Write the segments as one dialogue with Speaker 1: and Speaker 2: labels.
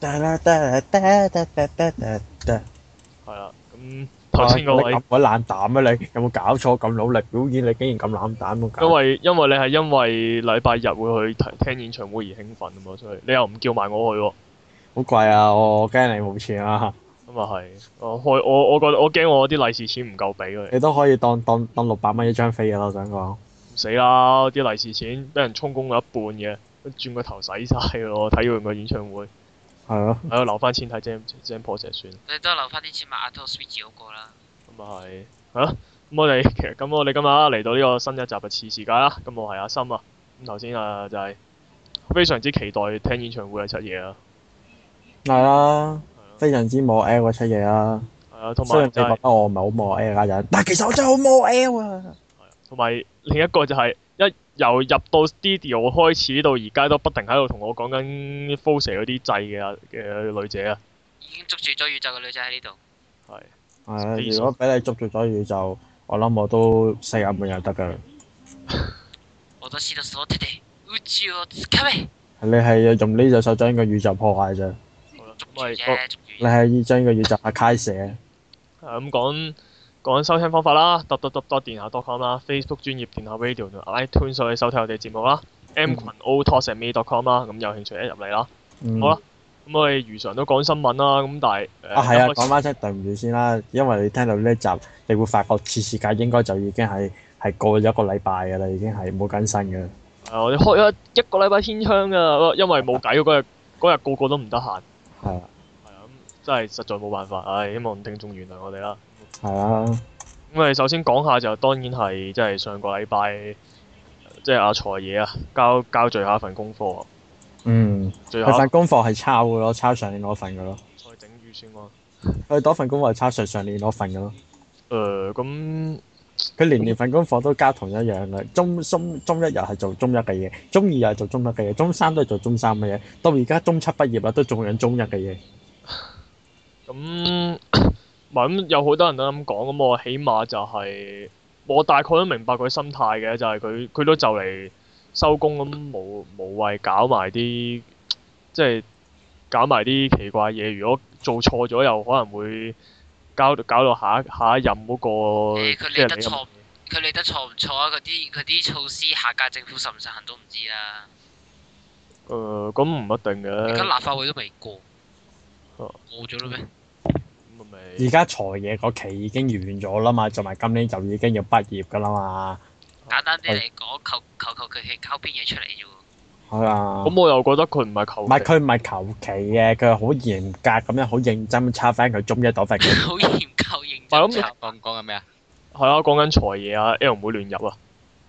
Speaker 1: 嗒啦嗒啦嗒嗒嗒嗒嗒嗒
Speaker 2: 係啦，咁頭先嗰
Speaker 3: 啊你
Speaker 2: 位
Speaker 3: 咁，鬼冷淡啊！你有冇搞錯？咁努力表演，你竟然咁冷淡咁搞
Speaker 2: 因為因為你係因為禮拜日會去睇聽演唱會而興奮啊嘛，所以你又唔叫埋我去喎，
Speaker 3: 好貴啊！我我驚你冇錢啊！
Speaker 2: 咁啊係，我開我我覺得我驚我啲利是錢唔夠俾佢，
Speaker 3: 你都可以當當當六百蚊一張飛嘅啦，我想講。
Speaker 2: 死啦！啲利是錢俾人充公咗一半嘅，轉個頭使晒㗎咯，睇完個演唱會，
Speaker 3: 係咯，
Speaker 2: 係啊留翻錢睇 Jam Jam p o 算。
Speaker 4: 你都留翻啲錢買 a t o Switch 嗰個啦。
Speaker 2: 咁啊係，係咯。咁我哋 其實咁我哋今日嚟到呢個新一集嘅次世界啦。咁我係阿森啊。咁頭先啊就係、非常之期待聽演唱會嘅出嘢啊。
Speaker 3: 係啦，
Speaker 2: 係
Speaker 3: 非常之冇 L 嘅出嘢啦。
Speaker 2: 啊，同
Speaker 3: 雖然
Speaker 2: 埋
Speaker 3: 你
Speaker 2: 就
Speaker 3: 覺
Speaker 2: 係
Speaker 3: 得我唔係好冇 L 家人，但 係其實我真係好冇 L 啊！
Speaker 2: 同埋另一個就係、一由入到 studio 開始到而家都不停喺度同我講緊 f o s e 嗰啲掣嘅嘅女姐啊，
Speaker 4: 已經捉住咗宇宙嘅女仔喺呢度。
Speaker 2: 係
Speaker 3: 係啊，
Speaker 2: 非常
Speaker 3: 如果俾你捉住咗宇宙，我諗我都四廿半又得㗎啦。
Speaker 4: 我都知道所哋哋宇宙をつかめ
Speaker 3: 你係用呢隻手將個宇宙破壞啫，
Speaker 2: 好啦，
Speaker 4: 捉
Speaker 2: 咁
Speaker 4: 住
Speaker 2: 咪
Speaker 4: 啫，捉住
Speaker 3: 你。係將個宇宙係開射。
Speaker 2: 係啊咁講講收聽方法啦，dot dot dot dot 電下 .com 啦，Facebook 專業電下 radio 同 iTunes 上去收睇我哋節目啦，M 群 o t o s a me dot com 啦，咁有興趣 add 入嚟啦。
Speaker 3: 嗯
Speaker 2: 好啦咁我哋如常都講新聞啦，咁但係誒
Speaker 3: 啊，係啊，
Speaker 2: 一開
Speaker 3: 講
Speaker 2: 始
Speaker 3: 翻聲對唔住先啦，因為你聽到呢一集，你會發覺次世界應該就已經係係過咗一個禮拜嘅啦，已經係冇更新
Speaker 2: 誒
Speaker 3: 嘅。
Speaker 2: 啊我哋開咗一個禮拜天窗㗎，因為冇計嗰日嗰日個個都唔得閒，
Speaker 3: 係啊，
Speaker 2: 係啊，咁真係實在冇辦法，唉，希望聽眾原諒我哋啦。
Speaker 3: 係啊，
Speaker 2: 咁我哋首先講下就當然係即係上個禮拜，即係阿財爺啊，交交最後一份功課，
Speaker 3: 嗯，
Speaker 2: 最後
Speaker 3: 佢
Speaker 2: 一
Speaker 3: 份功課係抄嘅咯，抄上年嗰份嘅咯，
Speaker 2: 再整預算案。
Speaker 3: 佢嗰份功課係抄上上年嗰份嘅咯，
Speaker 2: 誒呃咁
Speaker 3: 佢年年份功課都交同一樣嘅，中中中一日係做中一嘅嘢，中二又係做中一嘅嘢，中三都係做中三嘅嘢，到而家中七畢業啦都仲緊中一嘅嘢，
Speaker 2: 咁， 唔係咁有好多人都咁講，咁我起碼就係、我大概都明白佢心態嘅，就係佢佢都就嚟收工咁，無無謂搞埋啲即係搞埋啲奇怪嘢。如果做錯咗，又可能會搞搞到下一下一任嗰、個
Speaker 4: 誒佢理
Speaker 2: 即係
Speaker 4: 得
Speaker 2: 你咁
Speaker 4: 錯佢理得錯唔錯啊？嗰啲佢啲措施下屆政府實唔實行都唔知啦。
Speaker 2: 誒咁唔一定
Speaker 4: 而
Speaker 2: 嘅，
Speaker 4: 家立法會都未過，
Speaker 2: 哦
Speaker 4: 過咗啦咩？
Speaker 2: 咁咪
Speaker 3: 而家財爺嗰期已經完咗啦嘛，就埋今年就已經要畢業㗎啦嘛，
Speaker 4: 簡單啲嚟講，求求求佢佢搞邊嘢出嚟啫喎。
Speaker 3: 係啊。
Speaker 2: 咁我又覺得佢唔係求
Speaker 3: 唔
Speaker 2: 其
Speaker 3: 係佢唔係求其嘅，佢係好嚴格咁樣，好認真咁抄翻佢中一 嗰份。
Speaker 4: 好嚴格認
Speaker 2: 係咁
Speaker 4: 真。
Speaker 5: 講講緊咩啊？
Speaker 2: 係啊，講緊財爺啊，L 唔會亂入啊，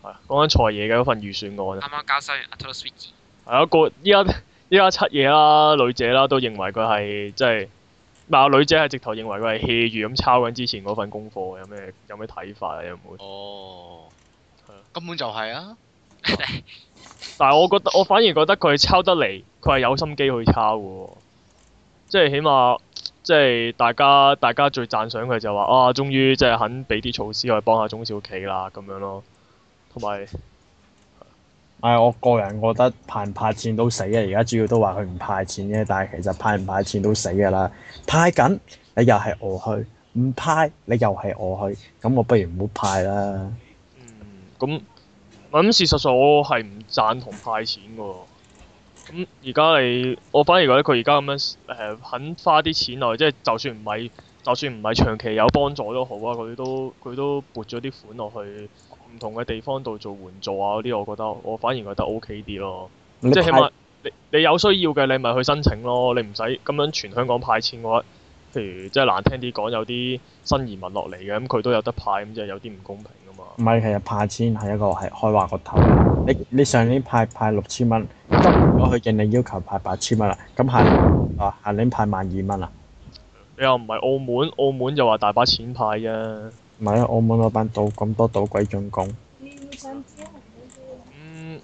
Speaker 2: 係啊講緊財爺嘅嗰份預算案啊。
Speaker 4: 啱啱交收完 a t o Switch，
Speaker 2: 係啊，個依家依家七嘢啦，女姐啦，都認為佢係即係，嗱女姐係直頭認為佢係 hea 住咁抄緊之前嗰份功課嘅，有咩有咩睇法啊？有冇？
Speaker 5: 哦
Speaker 2: 係啊，
Speaker 5: 根本就係啊！
Speaker 2: 但係我覺得我反而覺得佢係抄得嚟，佢係有心機去抄嘅喎，即係起碼即係大家大家最讚賞佢就話啊，終於即係肯俾啲措施去幫下中小企啦咁樣咯，同埋
Speaker 3: 係我個人覺得派唔派錢都死嘅，而家主要都話佢唔派錢啫，但係其實派唔派錢都死㗎啦。派緊你又係我去，唔派你又係我去，咁我不如唔好派啦。
Speaker 2: 嗯咁咁事實上我係唔贊同派錢嘅喎。咁而家你，我反而覺得佢而家咁樣誒、肯花啲錢落去，即係就算唔係，就算唔係長期有幫助都好啊，佢都佢都撥咗啲款落去唔同嘅地方度做援助啊嗰啲，我覺得我反而覺得 O K 啲咯。
Speaker 3: 你
Speaker 2: 即係起
Speaker 3: 派
Speaker 2: 碼你你有需要嘅你咪去申請咯，你唔使咁樣全香港派錢嘅話，譬如即係難聽啲講有啲新移民落嚟嘅，咁佢都有得派，咁即係有啲唔公平啊嘛。
Speaker 3: 唔係其實派錢係一個係開話個頭。你你上年派派六千蚊，今年如果佢應你要求派八千蚊啦，咁下年啊下年派萬二蚊啦。
Speaker 2: 你又唔係澳門，澳門就話大把錢派啫。咁、
Speaker 3: 唔係啊，澳門嗰班賭咁多賭鬼進攻。
Speaker 5: 嗯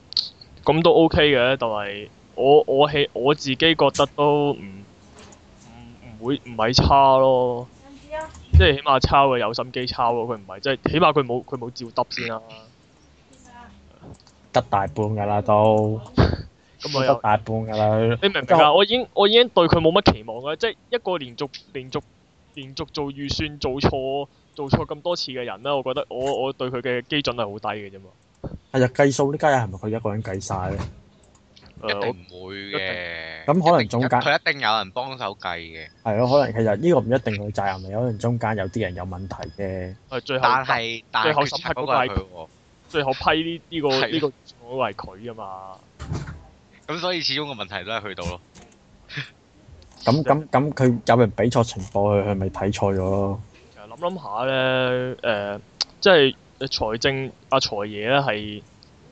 Speaker 2: 咁都 OK 嘅，但係我我係我自己覺得都唔唔唔會唔係差咯，即係起碼抄嘅有心機抄咯，佢唔係即係起碼佢冇佢冇照揼先啦。
Speaker 3: 得大半㗎啦都，
Speaker 2: 咁我
Speaker 3: 得
Speaker 2: 又
Speaker 3: 大半㗎啦。
Speaker 2: 你明唔明啊？我已經我已經對佢冇乜期望啦，即係一個連續連續連續做預算做錯做錯咁多次嘅人啦，我覺得我我對佢嘅基準係好低嘅啫嘛。
Speaker 3: 係啊，計數呢家嘢係咪佢一個人計晒咧？
Speaker 2: 誒
Speaker 5: 一定
Speaker 2: 我
Speaker 5: 唔會
Speaker 3: 咁
Speaker 5: 嘅。
Speaker 3: 可能
Speaker 5: 一定
Speaker 3: 中間
Speaker 5: 佢一定有人幫手計嘅，
Speaker 3: 係咯，可能其實呢個唔一定佢責任嚟，可能中間有啲人有問題嘅。
Speaker 2: 係最後
Speaker 5: 但係但係
Speaker 2: 最後
Speaker 5: 決
Speaker 2: 審
Speaker 5: 策
Speaker 2: 核
Speaker 5: 嗰
Speaker 2: 嗰
Speaker 5: 個
Speaker 2: 個
Speaker 5: 係
Speaker 2: 係
Speaker 5: 佢喎。
Speaker 2: 最後批呢呢個
Speaker 5: 係啊
Speaker 2: 呢個我係佢啊嘛。
Speaker 5: 咁所以始終個問題都係去到咯。
Speaker 3: 咁咁咁，佢有人俾錯情報，佢佢咪睇錯咗咯？
Speaker 2: 其實諗諗下咧，誒、即係財政阿財爺咧係，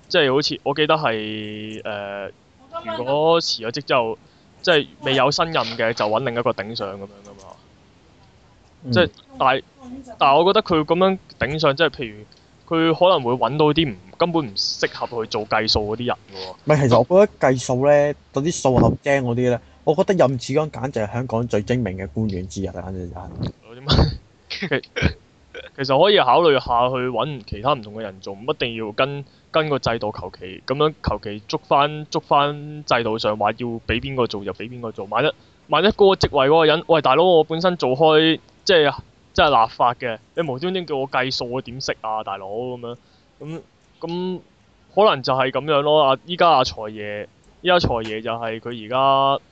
Speaker 2: 即係好似我記得係誒、如果辭咗職之後，即係未有新任嘅就揾另一個頂上咁樣噶嘛。
Speaker 3: 嗯
Speaker 2: 即係但係但係我覺得佢咁樣頂上，即係譬如佢可能會揾到啲唔根本唔適合去做計數嗰啲人嘅喎。
Speaker 3: 唔係，其實我覺得計數咧，嗰啲數學精嗰啲咧，我覺得任志剛簡直係香港最精明嘅官員之一啊！簡直就係、
Speaker 2: 有啲乜其其實可以考慮下去揾其他唔同嘅人做，唔一定要跟跟個制度求其咁樣求其捉翻捉翻制度上話要俾邊個做就俾邊個做。萬一萬一嗰個職位嗰個人，喂大佬，我本身做開即係即係立法嘅，你無端端叫我計數，我點識啊，大佬咁樣咁咁可能就係咁樣咯。啊，依家阿財爺，依家財爺就係佢而家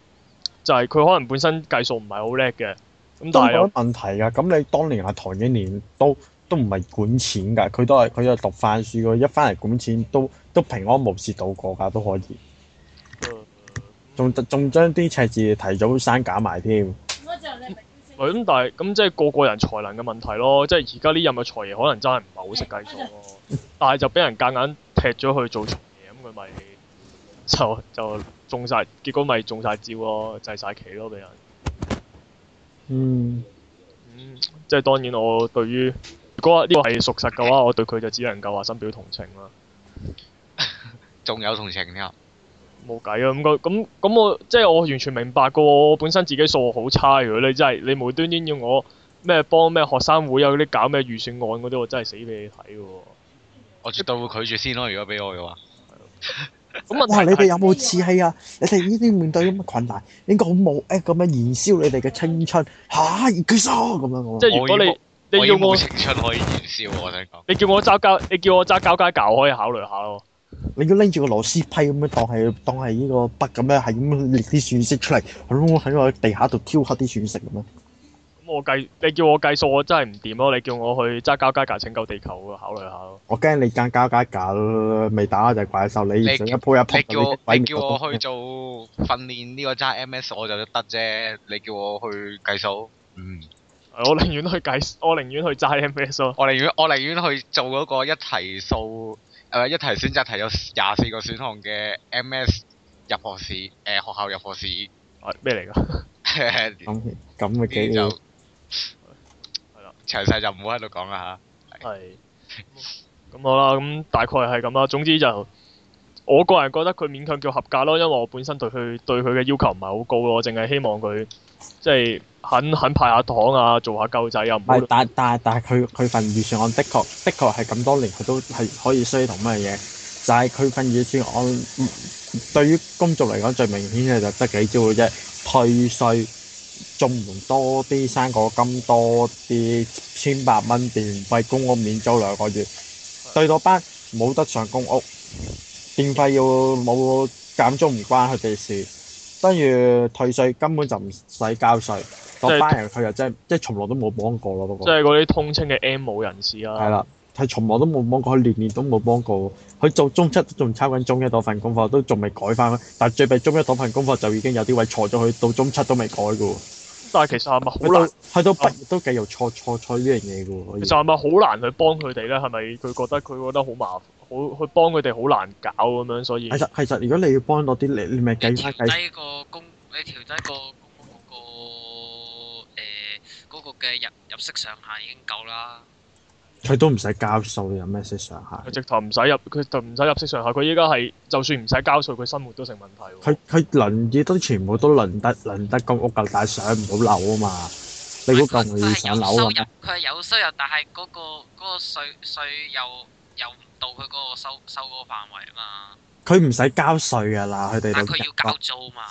Speaker 2: 就係佢可能本身計數唔係好叻嘅，咁但
Speaker 3: 都
Speaker 2: 係又
Speaker 3: 冇乜問題㗎。咁你當年阿唐英年都都唔係管錢㗎，佢都係佢都係讀翻書㗎，一翻嚟管錢都都平安無事度過㗎，都可以。仲仲將啲赤字提早刪減埋添。
Speaker 2: 喂，咁但係咁即係個個人才能嘅問題咯，即係而家呢任嘅財爺可能真係唔係好識計數咯，但係就俾人夾硬踢咗去做財爺，咁佢咪就就中晒，結果咪中晒招咯，制晒棋咯俾人。
Speaker 3: 嗯，
Speaker 2: 嗯，即係當然我對於如果呢個係屬實嘅話，我對佢就只能夠話深表同情啦。
Speaker 5: 仲有同情添啊，
Speaker 2: 冇計啊！咁個咁咁我即係我完全明白個，我本身自己數學好差。如果你真係你無端端要我咩幫咩學生會有啊啲搞咩預算案嗰啲，我真係死俾你睇嘅喎。
Speaker 5: 我絕對會拒絕先咯。如果俾我嘅話，
Speaker 2: 咁
Speaker 3: 哇！
Speaker 2: 問題
Speaker 3: 你哋
Speaker 2: 係
Speaker 3: 有冇志氣啊？你哋呢啲面對咁嘅困難，應該好冇 a 咁樣燃燒你哋嘅青春嚇熱血數咁樣咁啊
Speaker 2: 即係如果
Speaker 5: 我已
Speaker 2: 你
Speaker 5: 我
Speaker 2: 你
Speaker 5: 已
Speaker 2: 要
Speaker 5: 經冇
Speaker 2: 我
Speaker 5: 青春可以燃燒，我 想講。
Speaker 2: 你叫我揸交你叫我揸交街教可以考慮下咯。
Speaker 3: 你要拎住個螺絲批咁樣當係當係呢個筆咁樣，係咁樣裂啲蒜色出嚟，喺喺個地下度挑黑啲蒜色咁樣。
Speaker 2: 咁我計你叫我計數，我真係唔掂咯。你叫我去揸交街教拯救地球，我考慮下咯。
Speaker 3: 我驚你間加加架未打就怪獸，你
Speaker 5: 你
Speaker 3: 上一鋪一
Speaker 5: 你
Speaker 3: 鋪
Speaker 5: 叫我你叫我去做訓練呢個揸 MS 我就得啫，你叫我去計數，嗯，
Speaker 2: 我寧願去計，我寧願去揸 MS 咯。
Speaker 5: 我寧願我寧願去做嗰個一題數誒、一題選擇題有廿四個選項嘅 MS 入學試誒、學校入學試，
Speaker 2: 係咩嚟㗎？
Speaker 5: 呢
Speaker 3: 咁咁嘅
Speaker 5: 啲
Speaker 3: 機
Speaker 5: 就
Speaker 3: 會。
Speaker 2: 係啦
Speaker 5: 詳細就唔好喺度講
Speaker 3: 啊
Speaker 5: 啦
Speaker 2: 係。咁好啦，咁大概係咁啦。總之就我個人覺得佢勉強叫合格咯，因為我本身對佢對佢嘅要求唔係好高咯，我淨係希望佢即係肯肯派下糖啊，做下救仔啊，唔
Speaker 3: 唔
Speaker 2: 好
Speaker 3: 係，但但但係佢佢份預算案的確的確係咁多年，佢都係可以衰同乜嘢，就係佢份預算案嗯對於工作嚟講最明顯嘅就得幾招嘅啫，退税、綜援多啲、生果金多啲、千八蚊電費、公屋免租兩個月，對到班冇得上公屋，電費要冇減租唔關佢哋事，跟住退税根本就唔使交税。
Speaker 2: 係
Speaker 3: 嗰班人佢又真係即係從來都冇幫過咯，不過
Speaker 2: 即係嗰啲通稱嘅 M 冇人士啊
Speaker 3: 係
Speaker 2: 啦。
Speaker 3: 啦，係從來都冇幫過，佢年年都冇幫過。佢做中七都仲抄緊中一嗰份功課，都仲未改翻。但係最弊中一嗰份功課就已經有啲位錯咗，佢到中七都未改嘅喎。
Speaker 2: 但係其實係咪
Speaker 3: 佢
Speaker 2: 好
Speaker 3: 到
Speaker 2: 難？
Speaker 3: 去到
Speaker 4: 啊
Speaker 3: 畢業都繼續錯錯錯呢樣嘢嘅喎。
Speaker 2: 其實係咪好難去幫佢哋咧？係咪佢覺得佢覺得好麻煩，好去幫佢哋好難搞咁樣，所以
Speaker 3: 其實其實如果你要幫到啲你你咪
Speaker 4: 你
Speaker 3: 計
Speaker 4: 調
Speaker 3: 翻計
Speaker 4: 低個公，你調低個公屋嗰個誒嗰個嘅入入息上限已經夠啦。
Speaker 3: 佢都唔使交數，有咩識上下
Speaker 2: 佢？直頭唔使入，佢就唔使入息上限。佢依家係就算唔使交稅，佢生活都成問題喎
Speaker 3: 佢。佢輪椅都全部都輪得輪得公屋㗎，但係上唔到樓啊嘛。你估夠佢要上樓
Speaker 4: 佢係有收
Speaker 3: 啊？
Speaker 4: 入，佢係有收入，但係嗰個嗰個稅稅又又唔到佢嗰個收收嗰個範圍啊嘛。
Speaker 3: 佢唔使交税噶啦，佢哋
Speaker 4: 但
Speaker 3: 都
Speaker 4: 佢要交租嘛。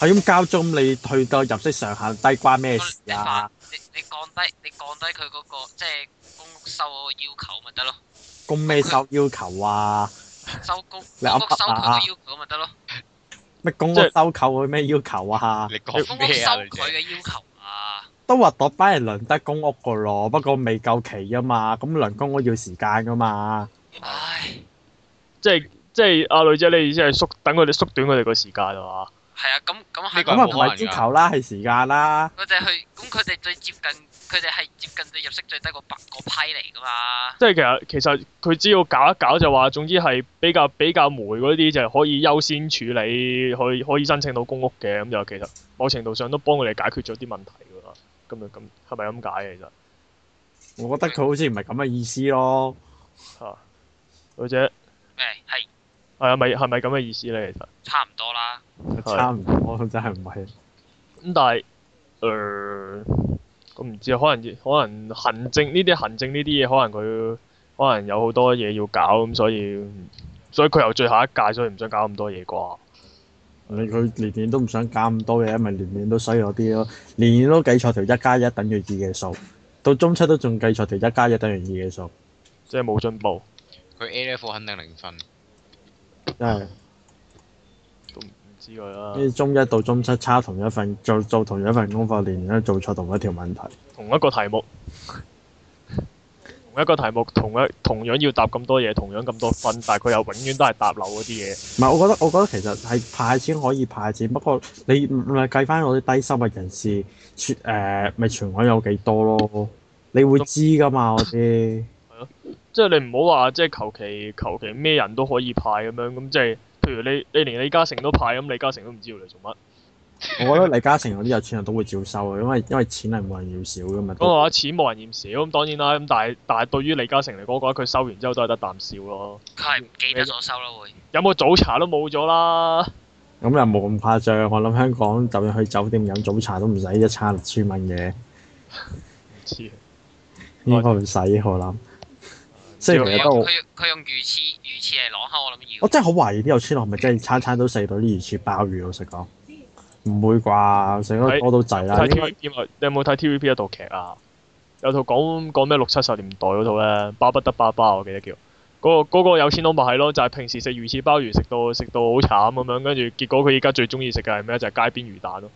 Speaker 3: 係咁交租，你去到入息上限低關咩事
Speaker 4: 你
Speaker 3: 啊
Speaker 4: 話？你你降低你降低佢嗰個即係公屋收嗰個要求咪得咯，
Speaker 3: 供咩收要求啊？
Speaker 4: 收公
Speaker 3: 你
Speaker 4: 公
Speaker 3: 噏
Speaker 4: 屋收佢
Speaker 3: 啊
Speaker 4: 嘅要求咪得咯，
Speaker 3: 咩公屋
Speaker 2: 即係
Speaker 3: 收購佢咩要求啊？
Speaker 5: 你
Speaker 4: 公
Speaker 5: 講
Speaker 4: 屋
Speaker 5: 咩
Speaker 4: 收
Speaker 5: 啊？女
Speaker 4: 佢
Speaker 5: 仔，
Speaker 4: 嘅要求啊。
Speaker 3: 都話嗰班人輪得公屋噶咯，不過未夠期啊嘛，咁輪公屋要時間噶嘛。
Speaker 4: 唉，
Speaker 2: 即係即係阿女姐，你意思係縮等佢哋縮短佢哋個時間啊嘛？
Speaker 4: 係啊，咁咁
Speaker 5: 呢
Speaker 4: 係
Speaker 5: 個係
Speaker 3: 咁啊
Speaker 5: 冇
Speaker 3: 唔
Speaker 5: 可
Speaker 4: 佢
Speaker 5: 能
Speaker 3: 係要求啦，係時間啦。
Speaker 4: 哋去，咁佢哋最接近，佢哋係接近最入息最低個百個批嚟噶嘛。
Speaker 2: 即係其實其實佢只要搞一搞就話，總之係比較比較霉嗰啲就可以優先處理，可以可以申請到公屋嘅咁就其實某程度上都幫佢哋解決咗啲問題㗎啦。咁樣咁係咪咁解嘅啊其實
Speaker 3: 我覺得佢好似唔係咁嘅意思咯。
Speaker 2: 嚇？女姐係
Speaker 4: 咩係
Speaker 2: 啊，咪係咪咁嘅意思咧？其實
Speaker 4: 差唔多啦。
Speaker 2: 係
Speaker 3: 差唔多真係唔係。
Speaker 2: 咁但係誒，我唔知啊，可能可能行政呢啲行政呢啲嘢，可能佢可能有好多嘢要搞咁，所以所以佢又最後一屆，所以唔想搞咁多嘢啩。
Speaker 3: 你佢年年都唔想搞咁多嘅，咪年年都衰咗啲咯。年年都計錯條一加一等於二嘅數，到中七都仲計錯條一加一等於二嘅數，
Speaker 2: 即係冇進步，
Speaker 5: 佢 A level 肯定零分。
Speaker 3: 真係。
Speaker 2: 都唔知佢啦。
Speaker 3: 跟住中一到中七差同一份做做同一份功課，年年都做錯同一條問題。
Speaker 2: 同一個題目，同一個題目，同一同樣要答咁多嘢，同樣咁多分，但係佢又永遠都係答漏嗰啲嘢。
Speaker 3: 唔係，我覺得我覺得其實係派錢可以派錢，不過你唔唔係計翻我啲低收入人士，全誒咪全港有幾多咯？你會知噶嘛嗰啲？
Speaker 2: 即係你唔好話，即係求其求其咩人都可以派咁樣，咁即係譬如你你連李嘉誠都派，咁李嘉誠都唔知道你做乜。
Speaker 3: 我覺得李嘉誠嗰啲有錢人都會照收嘅，因為因為錢係冇人要少噶嘛。
Speaker 2: 咁我話錢冇人嫌少，咁當然啦。咁但係但係對於李嘉誠嚟講，我覺得佢收完之後都係得啖笑咯。
Speaker 4: 佢係唔記得咗收啦會。
Speaker 2: 有冇早茶都冇咗啦。
Speaker 3: 咁又冇咁誇張，我諗香港就算去酒店飲早茶都唔使一餐六千蚊嘅，
Speaker 2: 唔知
Speaker 3: 應該唔使我諗。雖然
Speaker 2: 我
Speaker 3: 其
Speaker 4: 佢
Speaker 3: 實
Speaker 4: 用
Speaker 3: 都好
Speaker 4: 佢用佢用魚翅魚翅嚟攞口，我諗要
Speaker 3: 我。真係好懷疑啲有錢佬係咪真係餐餐都食到啲魚翅鮑魚？老實講，唔會啩？食得多到滯啦，
Speaker 2: 睇
Speaker 3: 應該
Speaker 2: TVB 咪你有冇睇 TVB 一套劇啊？有套講講咩六七十年代嗰套咧，巴不得巴巴，我記得叫。嗰、個嗰個有錢佬咪係咯，就係、平時食魚翅鮑魚食到食到好慘咁樣，跟住結果佢而家最中意食嘅係咩？就係、街邊魚蛋咯。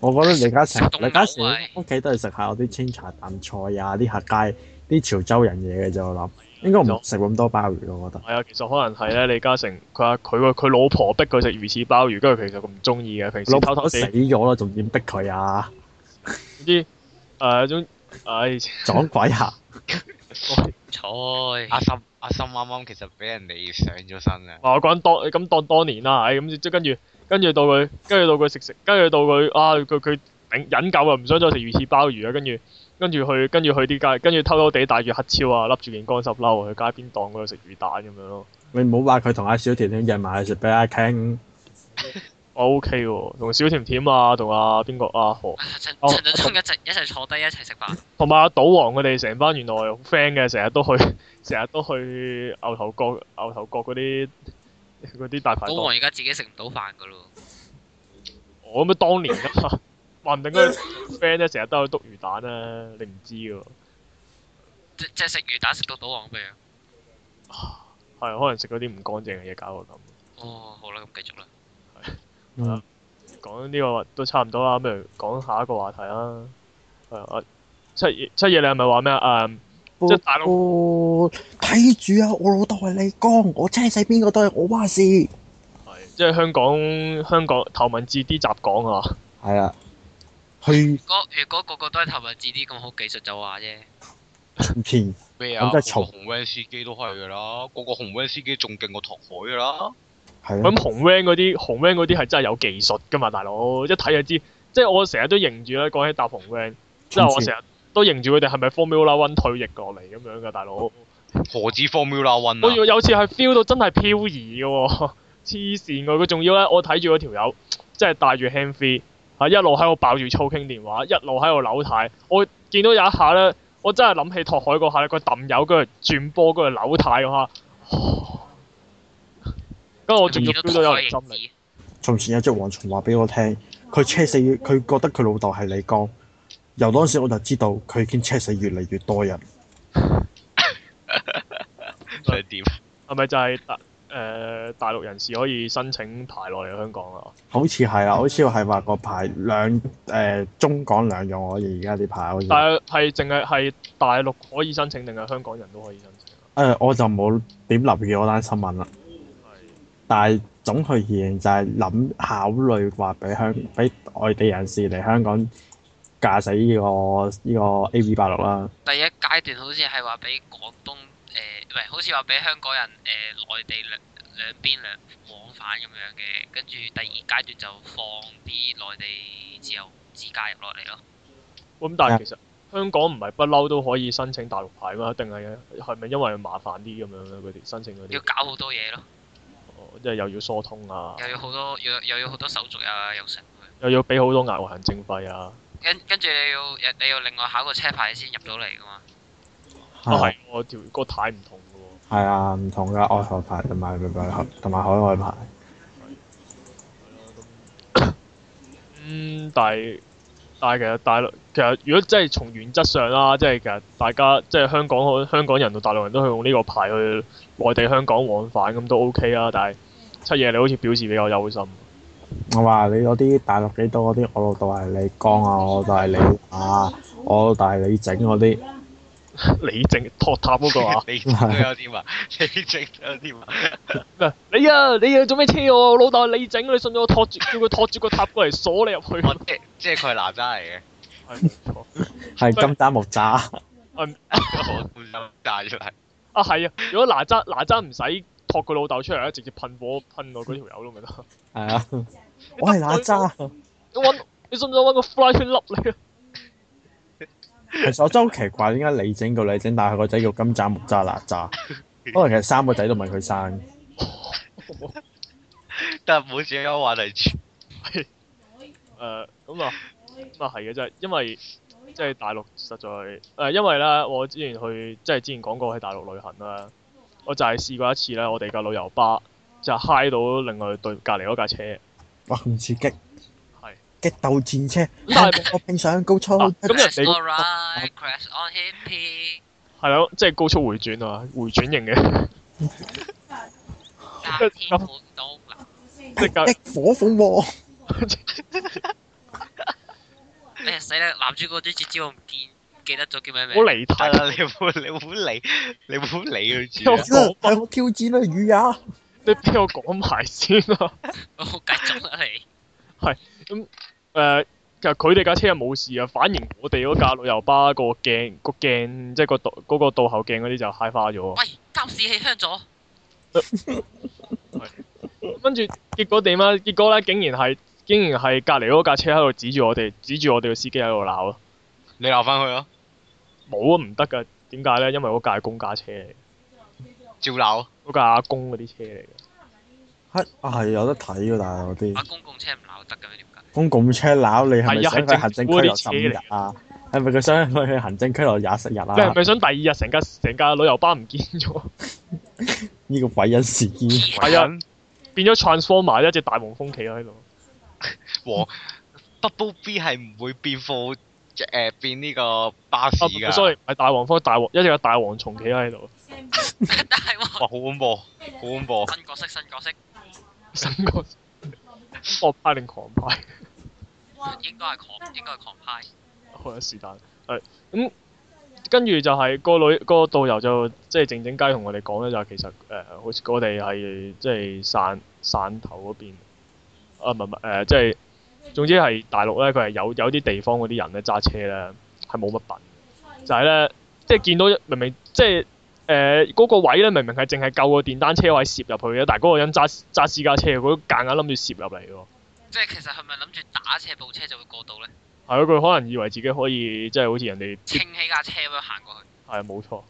Speaker 3: 我覺得李嘉
Speaker 4: 食
Speaker 3: 誠，
Speaker 4: 到
Speaker 3: 李嘉
Speaker 4: 嘔啊
Speaker 3: 誠屋企都係食下嗰啲清茶淡菜啊，啲客街啲潮州人嘢嘅啫。我諗應該唔食咁多鮑魚咯，我覺得。
Speaker 2: 係啊，其實可能係咧，李嘉誠佢話佢個佢老婆逼佢食魚翅鮑魚，跟住其實佢唔中意嘅，平時
Speaker 3: 老
Speaker 2: 偷
Speaker 3: 婆
Speaker 2: 偷
Speaker 3: 都死
Speaker 2: 地
Speaker 3: 咗啦，仲點逼 佢啊？
Speaker 2: 啲誒種唉
Speaker 3: 撞鬼啊！
Speaker 4: 菜
Speaker 5: 阿。心阿心啱啱其實俾人哋上咗身啊！
Speaker 2: 話我講當咁當當年啦，唉咁即跟住跟住到佢跟住到佢食食，跟住到佢啊佢佢頂忍夠啊，唔想再食魚翅鮑魚啊，跟住跟住去跟住去啲街，跟住偷偷地帶住黑超啊，笠住件乾濕褸啊去街邊檔嗰度食魚蛋咁樣咯。
Speaker 3: 你唔好話佢同阿小甜甜約埋去食俾阿傾，
Speaker 2: 我 OK 喎，同小甜甜啊，同阿邊個啊何，
Speaker 4: 陳
Speaker 2: 哦嗯
Speaker 4: 陳振中一齊一齊坐低一齊食飯，
Speaker 2: 同埋阿賭王佢哋成班原來好 friend 嘅，成日都去 成日都去牛頭角牛頭角嗰啲嗰啲大排
Speaker 4: 賭
Speaker 2: 檔
Speaker 4: 王。而家自己食唔到飯噶咯。
Speaker 2: 我咁樣當年噶 嘛，話唔定佢 friend 咧成日都去篤魚蛋啊，你唔知嘅喎。
Speaker 4: 即即係食魚蛋食到賭王咁樣。
Speaker 2: 係可能食嗰啲唔乾淨嘅嘢搞到咁。
Speaker 4: 哦，好啦，咁繼續啦。
Speaker 3: 嗯
Speaker 2: 講呢個都差唔多啦，不如講下一個話題啦。
Speaker 4: 嗯
Speaker 2: 係啊，七爺七爺你係咪話咩啊？誒即係大陸
Speaker 3: 哦睇住啊！我老豆係李剛，我車死邊個都係我話事。
Speaker 2: 係即係香港香港頭文字 D 集講啊，
Speaker 3: 係啊，去
Speaker 4: 如果如果個個都係頭文字 D 咁好技術就話啫。
Speaker 3: 前
Speaker 5: 咩啊？
Speaker 3: 咁
Speaker 5: 個
Speaker 3: 即係嘈
Speaker 5: 紅 van 司機都係㗎啦，個個紅 van 司機仲勁過拓海㗎啦。
Speaker 3: 係
Speaker 2: 咁
Speaker 3: 咯，
Speaker 2: 紅 van 嗰啲紅 van 嗰啲係真係有技術噶嘛，大佬一睇就知。即係我成日都認住咧，講起搭紅 van，即係我成日都認住佢哋係咪 Formula One 退役落嚟咁樣嘅，大佬。
Speaker 5: 何止
Speaker 4: 嗯
Speaker 5: Formula One
Speaker 2: 我
Speaker 5: 啊？
Speaker 2: 要有次係 feel 到真係漂移嘅喎，黐線㗎！佢仲要咧，我睇住嗰條友，即係戴住 hand free，係一路喺度爆住粗傾電話，一路喺度扭軚。我見到有一下咧，我真係諗起拓海嗰下咧，佢揼友跟住轉波跟住扭軚嗰下， 跟住我仲要
Speaker 4: 見到
Speaker 2: feel 到有人
Speaker 4: 台
Speaker 2: 針
Speaker 4: 形
Speaker 2: 你。
Speaker 4: 子，
Speaker 3: 從前有隻蝗蟲話俾我聽，佢車死越佢覺得佢老豆係李剛。由當時我就知道佢已經車死越嚟越多人。
Speaker 5: 想點？，
Speaker 2: 係咪就係大誒大陸人士可以申請牌落嚟香港啊？
Speaker 3: 好似係啊，好似係話個牌兩誒、中港兩用，我哋而家啲牌好似。誒、
Speaker 2: 但係係淨係係大陸可以申請，定係香港人都可以申請啊？
Speaker 3: 我就冇點留意嗰單新聞啦。
Speaker 2: 係
Speaker 3: 但係總去而言就係諗考慮話俾香俾外地人士嚟香港駕駛呢、個呢、個 A V 八六啦。
Speaker 4: 第一階段好似係話俾廣東誒，唔係好似話俾香港人誒內地兩兩邊兩往返咁樣嘅，跟住第二階段就放啲內地自由自駕入落嚟咯。
Speaker 2: 咁但係其實香港唔係不嬲都可以申請大陸牌嘛？定係係咪因為麻煩啲咁樣咧？佢哋申請嗰
Speaker 4: 要
Speaker 2: 啲，
Speaker 4: 搞好多嘢咯，
Speaker 2: 哦即係又要疏通啊，
Speaker 4: 又要好多又又要好多手續啊，又成咁樣。
Speaker 2: 又要俾好多額外行政費啊。
Speaker 4: 跟跟住你要你要另外考個車牌先入到嚟噶嘛。
Speaker 2: 啊係，我條個態唔同嘅喎。
Speaker 3: 係啊，唔同噶外海牌同埋同埋海外牌。
Speaker 2: 嗯，但係但係其實大陸其實如果真係從原則上啦，即係其實大家即係香港可香港人同大陸人都去用呢個牌去內地香港往返咁都 OK 啦。但係七爺你好似表示比較憂心，
Speaker 3: 我話你嗰啲大陸幾多嗰啲，我老豆係你江啊，我老豆係你啊，我老豆係你整嗰啲。
Speaker 2: 你淨托塔嗰個 啊
Speaker 5: 你整都有啲啊！你整都有啲啊！
Speaker 2: 咩你啊你啊做咩車我？我老豆係你整，你信咗我托住，叫佢托住個塔過嚟鎖你 入去。
Speaker 5: 我即即係佢係男仔嚟嘅。
Speaker 2: 係冇錯
Speaker 3: 係金丹木渣，
Speaker 5: 我咁就炸出嚟，
Speaker 2: 啊係啊！如果哪吒哪吒唔使托佢老豆出嚟啊咧，直接噴火噴落嗰條友都咪得。
Speaker 3: 係啊，我係哪吒。
Speaker 2: 你揾你信唔信揾個 fly 圈笠你啊？
Speaker 3: 其實我真係好奇怪，點解你整叫你整，但係佢個仔叫金吒木渣哪 吒？可能其實三個仔都唔係佢生。
Speaker 5: 但係冇自己有話題住。
Speaker 2: 誒咁啊，咁啊係嘅，真係因為即係大陸實在誒、因為咧，我之前去即係之前講過喺大陸旅行啦，我就係試過一次咧，我哋架旅遊巴就嗨到另外對隔離嗰架車，
Speaker 3: 哇！咁刺激，激鬥戰車，
Speaker 2: 但係
Speaker 3: 我拼上高速。
Speaker 2: 啊咁人
Speaker 4: Crash
Speaker 2: 哋
Speaker 4: all right, crash on hippie，
Speaker 2: 係咯，即係高速回轉啊，回轉型嘅，
Speaker 4: 單天滿 東南。
Speaker 2: 即係架
Speaker 3: 激火鳳凰，
Speaker 4: 哎呀死啦！男主角啲節招我唔見記得咗叫咩名
Speaker 2: 好。離
Speaker 5: 得
Speaker 2: 題。
Speaker 5: 啦，你冇你冇理你冇理佢 住啊。
Speaker 3: 向我挑戰啦，雨啊！
Speaker 2: 你俾我講埋先啊！
Speaker 4: 我繼續啦你。
Speaker 2: 誒、其實佢哋架車係冇事啊，反而我哋嗰架旅遊巴個鏡個鏡即係個導嗰個倒後鏡嗰啲就嗨花咗啊。
Speaker 4: 喂，監視器香咗。
Speaker 2: 跟住結果點啊？結果咧，竟然係竟然係隔離嗰架車喺度指住我哋，指住我哋個司機喺度鬧咯。
Speaker 5: 你鬧翻佢咯，
Speaker 2: 冇啊，唔得噶。點解咧？因為嗰架係公家車嚟，
Speaker 5: 照鬧。
Speaker 2: 嗰架阿公嗰啲車嚟嘅。
Speaker 3: 係啊，係有得睇㗎，但係嗰啲
Speaker 4: 啊，公共車唔鬧得嘅咩？點解？
Speaker 3: 公共車鬧你係咪
Speaker 2: 係啊
Speaker 3: 想去行政拘留十
Speaker 2: 係政
Speaker 3: 五
Speaker 2: 府嗰啲
Speaker 3: 日啊？係咪佢想去行政拘留廿四日
Speaker 2: 你係
Speaker 3: 啊？
Speaker 2: 咪想第二日成架成架旅遊巴唔見咗，
Speaker 3: 呢個鬼人事件，
Speaker 2: 係啊，變咗 transformer 一隻大黃蜂企喺度？
Speaker 5: 和 Bubble B 係唔會變貨誒變呢個巴士
Speaker 2: 啊
Speaker 5: 㗎。
Speaker 2: ，sorry，唔係大黃蜂，大黃一隻大蝗蟲企喺度，
Speaker 4: 但係
Speaker 5: 哇，
Speaker 4: 喎，
Speaker 5: 好恐怖，好恐怖。
Speaker 4: 新角色新角色，
Speaker 2: 新個惡派定狂派？
Speaker 4: 應該係狂應該係狂派。
Speaker 2: 好啦，是但。誒咁，跟住就係個女個導遊就即係靜靜雞同我哋講咧，就係其實誒、好似我哋係即係汕汕頭嗰邊啊，唔係唔係誒，即係總之係大陸咧，佢係有有啲地方嗰啲人咧揸車咧係冇乜品嘅，就係咧即係見到一明明即係。誒嗰、個位咧，明明係淨係夠個電單車位攝入去嘅，但係嗰個人揸揸私家車，佢都夾硬諗住攝入嚟喎。
Speaker 4: 即係其實係咪諗住打斜部車就會過到咧？
Speaker 2: 係咯，佢可能以為自己可以即係好似人哋
Speaker 4: 清起架車咁樣行
Speaker 2: 係冇
Speaker 4: 過去。
Speaker 2: 錯。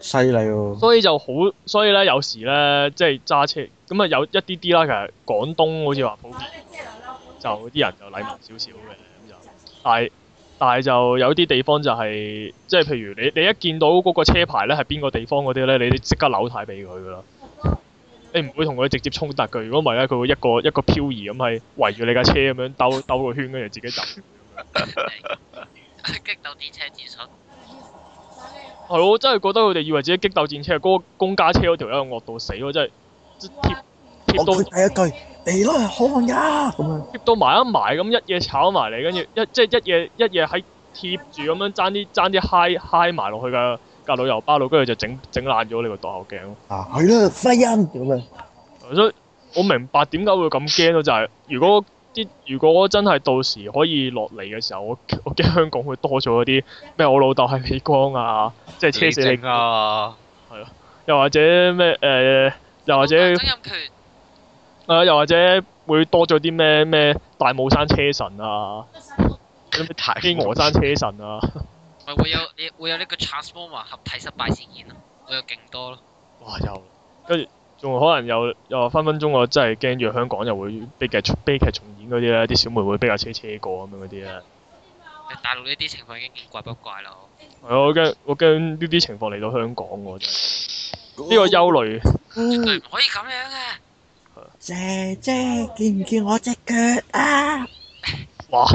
Speaker 3: 犀利喎！
Speaker 2: 所以就好，所以咧有時咧即係揸車咁啊，有一啲啲啦。其實廣東好似話普遍就啲人就禮貌少少嘅咁就，但係但係就有啲地方就係、即係譬如你你一見到嗰個車牌咧係邊個地方嗰啲咧，你即刻扭軚俾佢噶啦。你唔會同佢直接衝突嘅。如果唔係咧，佢會一個一個漂移咁係圍住你架車咁樣兜兜個圈，跟住自己走。
Speaker 4: 激鬥電車戰術，
Speaker 2: 係咯，我真係覺得佢哋以為自己激鬥戰車，嗰、個公家車嗰條友惡到死咯，真係即貼貼
Speaker 3: 我
Speaker 2: 到
Speaker 3: 佢第一句地都係可汗㗎咁樣，
Speaker 2: 貼到埋一埋咁一嘢炒埋嚟，跟住一即係一嘢一嘢喺貼住咁樣爭啲爭啲嗨嗨埋落去嘅架旅遊巴度，跟住就整整爛咗你個倒後鏡咯。
Speaker 3: 啊係啦，飛因咁樣，
Speaker 2: 所以我明白點解會咁驚咯，就係、如果啲如果真係到時可以落嚟嘅時候，我我驚香港會多咗嗰啲咩我老豆係美光啊，即係車死
Speaker 5: 李
Speaker 2: 你
Speaker 5: 靖，啊，
Speaker 2: 又或者咩誒、呃又或者
Speaker 4: 好
Speaker 2: 誒、
Speaker 4: 大曾蔭權
Speaker 2: 呃又或者會多咗啲咩咩大帽山車神啊，
Speaker 5: 太
Speaker 2: 飛鵝山車神啊。
Speaker 4: 咪會有你會有呢個 transformer 合體失敗事件咯，會有勁多咯。
Speaker 2: 哇！又跟住仲可能又又分分鐘我真係驚住香港又會悲劇重悲劇重演嗰啲咧，啲小妹會逼架車車過咁樣嗰啲咧。
Speaker 4: 但大陸呢啲情況已經見怪不怪啦。
Speaker 2: 係啊，我驚我驚呢啲情況嚟到香港喎，真係呢個憂慮。
Speaker 4: 絕對唔可以咁樣嘅。
Speaker 3: 姐姐見唔見我只腳啊？
Speaker 2: 哇！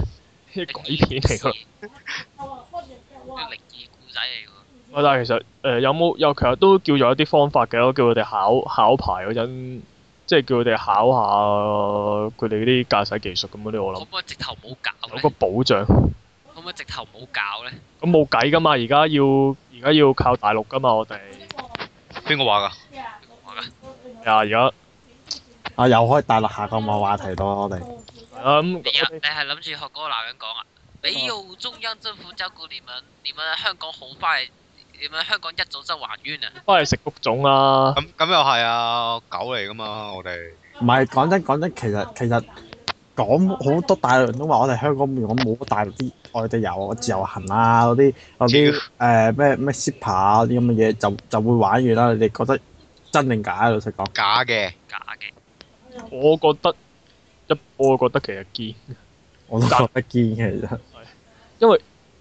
Speaker 2: 呢啲鬼片嚟 㗎。
Speaker 4: 啲靈異故仔嚟㗎。
Speaker 2: 喂但係其實誒、呃有冇有其實都叫做有啲方法嘅，我叫佢哋考考牌嗰陣，即係叫佢哋考下佢哋啲駕駛技術咁嗰啲，我
Speaker 4: 可唔
Speaker 2: 諗
Speaker 4: 可以直頭冇搞
Speaker 2: 有
Speaker 4: 咧
Speaker 2: 個？保障。
Speaker 4: 可唔可以直頭冇搞咧？
Speaker 2: 咁冇計㗎嘛，而家要而家要靠大陸㗎嘛，我哋
Speaker 5: 邊個話㗎？
Speaker 2: 係啊，而家。
Speaker 3: 啊又可以帶落下個話話題到我哋，
Speaker 2: 啊咁，
Speaker 4: 你啊，你
Speaker 2: 我哋
Speaker 4: 係諗住學嗰個男人講啊？你要中央政府照顧你們，你們香港好快，你們香港一早就還冤啊！
Speaker 2: 翻去食谷種啦。
Speaker 5: 咁咁又係啊，狗嚟㗎嘛，我哋。
Speaker 3: 唔係講真講真，其實其實講好多大陸人都話我哋香港我冇大陸啲外地遊自由行啊嗰啲嗰啲誒咩咩 s i p e 啊嗰啲咁嘅嘢就就會玩完啦，你哋覺得真定假啊？老實講，
Speaker 5: 假嘅，
Speaker 4: 假嘅，
Speaker 2: 我覺得一，我覺得其實堅。
Speaker 3: 我都覺得堅嘅其實。
Speaker 2: 誒、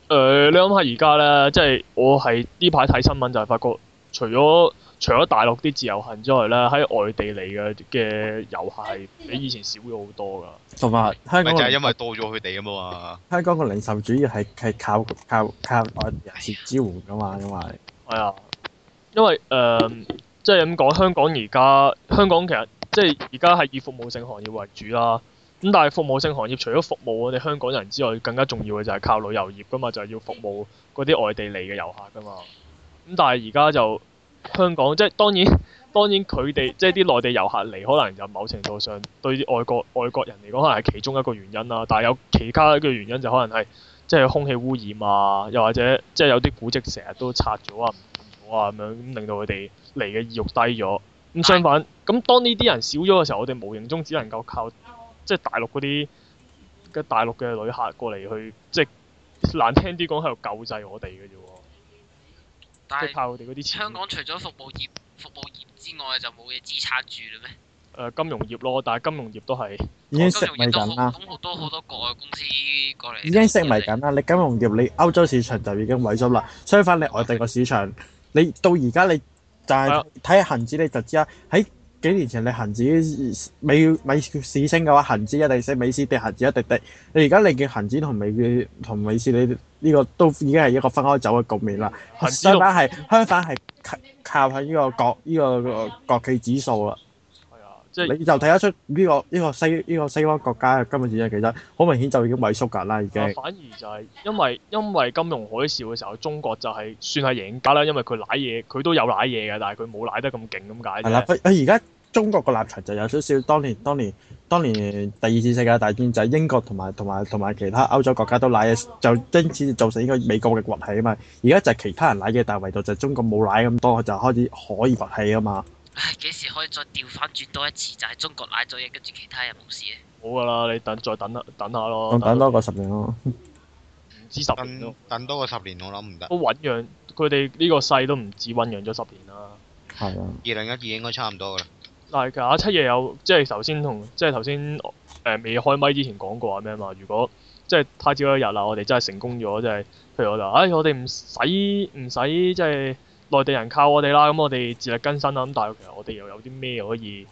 Speaker 2: 呃你諗下而家咧，即係我係呢排睇新聞就係發覺，除咗除咗大陸啲自由行之外咧，喺外地嚟嘅嘅遊客係比以前少咗好多㗎。
Speaker 3: 同埋香
Speaker 5: 咪
Speaker 3: 港
Speaker 5: 就
Speaker 3: 個
Speaker 5: 係因為多咗佢哋啊嘛。
Speaker 3: 香港個零售主要係係靠靠靠外人士支援噶嘛，因為
Speaker 2: 係啊，因為誒、呃即係咁講，香港而家香港其實即係而家係以服務性行業為主啦。咁但係服務性行業除咗服務我哋香港人之外，更加重要嘅就係靠旅遊業噶嘛，就係、要服務嗰啲外地嚟嘅遊客噶嘛。咁但係而家就香港即係當然 當然佢哋即係啲內地遊客嚟，可能就某程度上對外國外國人嚟講，可能係其中一個原因啦。但係有其他嘅原因就可能係即係空氣污染啊，又或者即係有啲古蹟成日都拆咗啊、唔見咗啊咁樣，咁令到佢哋嚟嘅意欲低咗。咁相反，咁當呢啲人少咗嘅時候，我哋無形中只能夠靠即係大陸嗰啲嘅大陸嘅旅客過嚟去，即係難聽啲講喺度救濟我哋嘅啫喎，
Speaker 4: 但
Speaker 2: 即係
Speaker 4: 係
Speaker 2: 靠佢哋嗰啲錢。
Speaker 4: 香港除咗服務業、服務業之外，就冇嘢支撐住啦咩？
Speaker 2: 誒、呃金融業咯，但係金融業都係
Speaker 3: 已經食
Speaker 4: 金融
Speaker 3: 迷
Speaker 4: 業都
Speaker 3: 緊
Speaker 4: 好
Speaker 3: 啦，
Speaker 4: 咁好多好多國外公司過嚟，
Speaker 3: 已經食迷緊啦。你金融業你歐洲市場就已經萎縮啦，相反你外地個市場，你到而家你就
Speaker 2: 係
Speaker 3: 係
Speaker 2: 啊
Speaker 3: 睇下恒指你就知啦。啊喺幾年前你恒指美美市升嘅話，恒指一定升，美市跌，恒指一定跌。你而家你見恒指同美同美市你呢個都已經係一個分開走嘅局面啦。
Speaker 2: 恒指
Speaker 3: 相
Speaker 2: 六
Speaker 3: 反係相反係靠靠喺呢個國呢、個個國企指數啦。
Speaker 2: 係啊，即係
Speaker 3: 你就睇得出呢、個呢、個西呢、個西方國家嘅金融市場其實好明顯就已經萎縮㗎啦，已經
Speaker 2: 啊反而就係因為因為金融海嘯嘅時候，中國就係算係贏家啦，因為佢舐嘢，佢都有舐嘢嘅，但係佢冇舐得咁勁咁解
Speaker 3: 係啊啦。
Speaker 2: 啫。
Speaker 3: 佢佢而家中國個立場就有少少當年當年當年第二次世界大戰就係英國同埋同埋同埋其他歐洲國家都賴嘢，就因此造成呢個美國嘅崛起啊嘛。而家就係其他人賴嘢，但係唯獨就係中國冇賴咁多，就開始可以崛起啊嘛。
Speaker 4: 唉，幾時可以再調翻轉多一次？就係中國賴咗嘢，跟住其他人冇事咧。
Speaker 2: 冇㗎啦，你等再等下等下咯，
Speaker 3: 等等
Speaker 2: 到
Speaker 3: 多個十年咯。
Speaker 2: 唔止十年
Speaker 5: 等
Speaker 2: 咯，
Speaker 5: 等多個十年，我諗唔得。
Speaker 2: 都醖釀佢哋呢個勢都唔止醖釀咗十年啦。
Speaker 3: 係啊，
Speaker 5: 二零一二應該差唔多㗎啦。
Speaker 2: 但係其實阿七爺有即係頭先同即係頭先誒未開麥之前講過話咩嘛？如果即係太哎朝一日啦，我哋真係成功咗，即係譬如我就唉、我哋唔使唔使即係內地人靠我哋啦，咁我哋自力更生啦。咁但係其實我哋又有啲咩可以